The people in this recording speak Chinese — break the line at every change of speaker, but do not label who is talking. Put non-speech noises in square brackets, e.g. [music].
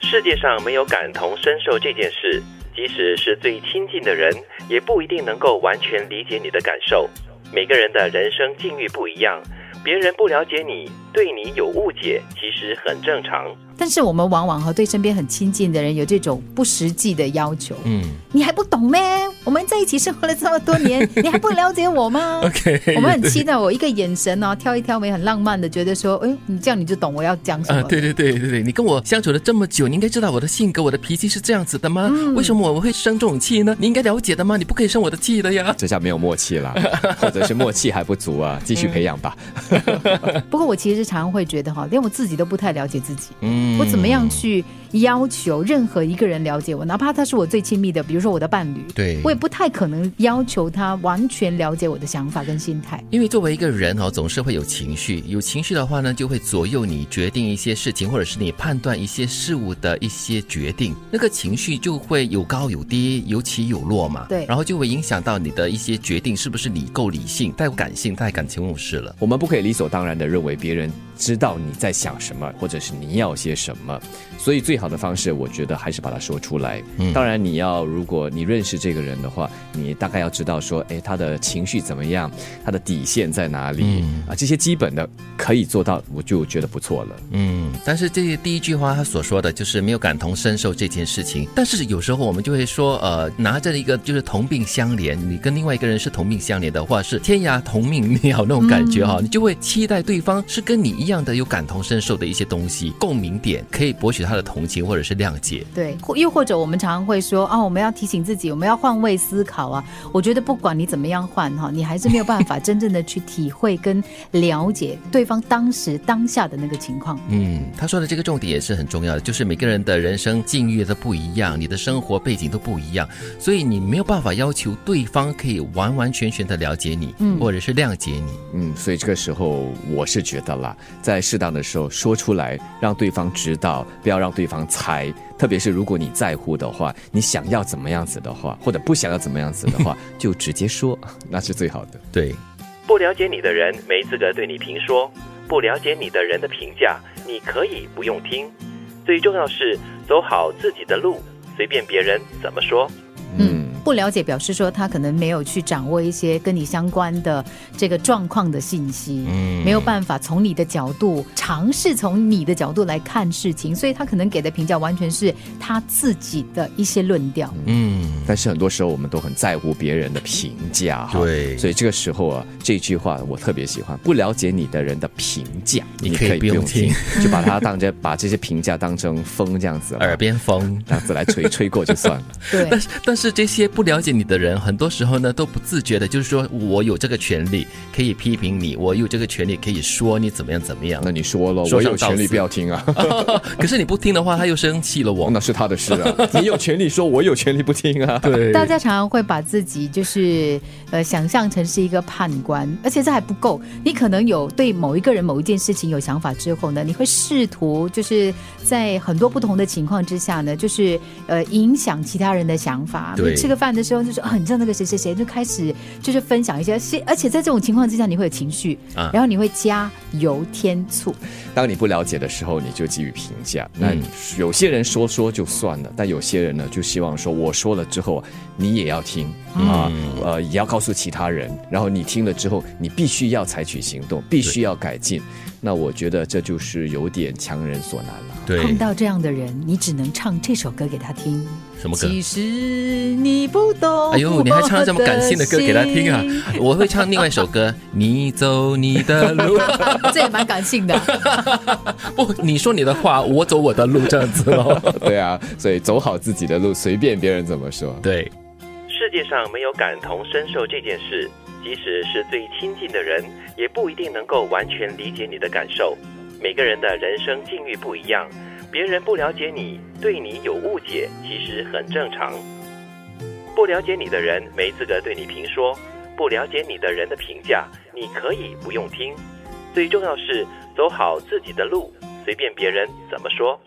世界上没有感同身受这件事，即使是最亲近的人，也不一定能够完全理解你的感受。每个人的人生境遇不一样，别人不了解你，对你有误解，其实很正常。
但是我们往往和对身边很亲近的人有这种不实际的要求。
嗯
你还不懂咩？我们在一起生活了这么多
[laughs]
年，你还不了解我吗？
，OK，
我们很
对
期待，我一个眼神哦，挑一挑眉，很浪漫的，觉得说，哎，你这样你就懂我要讲什
啊、
么。
对对对对对，你跟我相处了这么久，你应该知道我的性格、我的脾气是这样子的吗？
嗯
为什么我会生这种气呢？你应该了解的吗？你不可以生我的气的呀。
这下没有默契了，或者是默契还不足啊，继续培养吧。
不过我其实常会觉得哈，连我自己都不太了解自己。
嗯
我怎么样去要求任何一个人了解我，哪怕他是我最亲密的，比如说我的伴侣，
对
我也不太可能要求他完全了解我的想法跟心态。
因为作为一个人哦，总是会有情绪，有情绪的话呢，就会左右你决定一些事情，或者是你判断一些事物的一些决定。那个情绪就会有高有低，有起有落嘛。
对
然后就会影响到你的一些决定，是不是你够理性，太感性，太感情用事了。
我们不可以理所当然的认为别人知道你在想什么，或者是你要些什么。所以最好的方式，我觉得还是把它说出来。当然你要，如果你认识这个人的话，你大概要知道说，哎，他的情绪怎么样，他的底线在哪里、啊？这些基本的可以做到，我就觉得不错了。
嗯，但是这第一句话他所说的就是没有感同身受这件事情，但是有时候我们就会说，呃，拿着一个就是同病相怜，你跟另外一个人是同病相怜的话，是天涯同命鸟那种感觉哈、你就会期待对方是跟你一样的有感同身受的一些东西，共鸣点可以博取他的同情或者是谅解。
对，或又或者我们常常会说啊，我们要提醒自己，我们要换位思考啊。我觉得不管你怎么样换哈，你还是没有办法真正的去体会跟了解对方当时当下的那个情况。
嗯，他说的这个重点也是很重要的，就是每个人的人生境遇都不一样，你的生活背景都不一样，所以你没有办法要求对方可以完完全全的了解你，
嗯
或者是谅解你。
嗯，所以这个时候我是觉得啦，在适当的时候说出来，让对方知道，不要让对方猜。特别是如果你在乎的话，你想要怎么样子的话，或者不想要怎么样子的
[laughs]
话，就直接说， [laughs] 那是最好的。
对，
不了解你的人没资格对你评说，不了解你的人的评价，你可以不用听。最重要是走好自己的路，随便别人怎么说。
嗯，不了解表示说他可能没有去掌握一些跟你相关的这个状况的信息，
嗯
没有办法从你的角度尝试从你的角度来看事情，所以他可能给的评价完全是他自己的一些论调。
嗯，
但是很多时候我们都很在乎别人的评价哈，
对
所以这个时候啊，这句话我特别喜欢，不了解你的人的评价，
你可以不用听，[laughs]
就把它当成把这些评价当成风这样子，
耳边风。
这样子来吹吹过就算了。
对
但，是但是这些不了解你的人，很多时候呢都不自觉的，就是说我有这个权利可以批评你，我有这个权利可以说你怎么样怎么样
那。你说了，
说
我
上
有权利不要听啊。
可是你不听的话，他又生气了我。
那是他的事啊，你有权利说，我有权利不听啊。对
大家常常会把自己就是呃想象成是一个判官，而且这还不够。呃你可能有对某一个人、某一件事情有想法之后呢，你会试图就是在很多不同的情况之下呢，就是呃影响其他人的想法。
对
你吃个饭的时候就说、啊你知道那个谁谁谁，就开始就是分享一些，是而且在这种情况之下你会有情绪，
啊
然后你会加油添醋。
当你不了解的时候，你就给予评价。那有些人说说就算了，但有些人呢，就希望说我说了之后，啊你也要听啊，呃，也要告诉其他人。然后你听了之后，你必须要采取行动，必须要改进。那我觉得这就是有点强人所难了。
碰到这样的人，你只能唱这首歌给他听。
什么歌
其实你不懂。
哎呦，你还唱这么感性的歌给他听啊？我会唱另外一首歌，《你走你的路》， [laughs]
[laughs] 这也蛮感性的。
不，你说你的话，我走我的路，这样子
[laughs]
咯。
对啊，所以走好自己的路，随便别人怎么说。
对，
世界上没有感同身受这件事，即使是最亲近的人，也不一定能够完全理解你的感受。每个人的人生境遇不一样，别人不了解你，对你有误解，其实很正常。不了解你的人没资格对你评说，不了解你的人的评价，你可以不用听。最重要是走好自己的路，随便别人怎么说。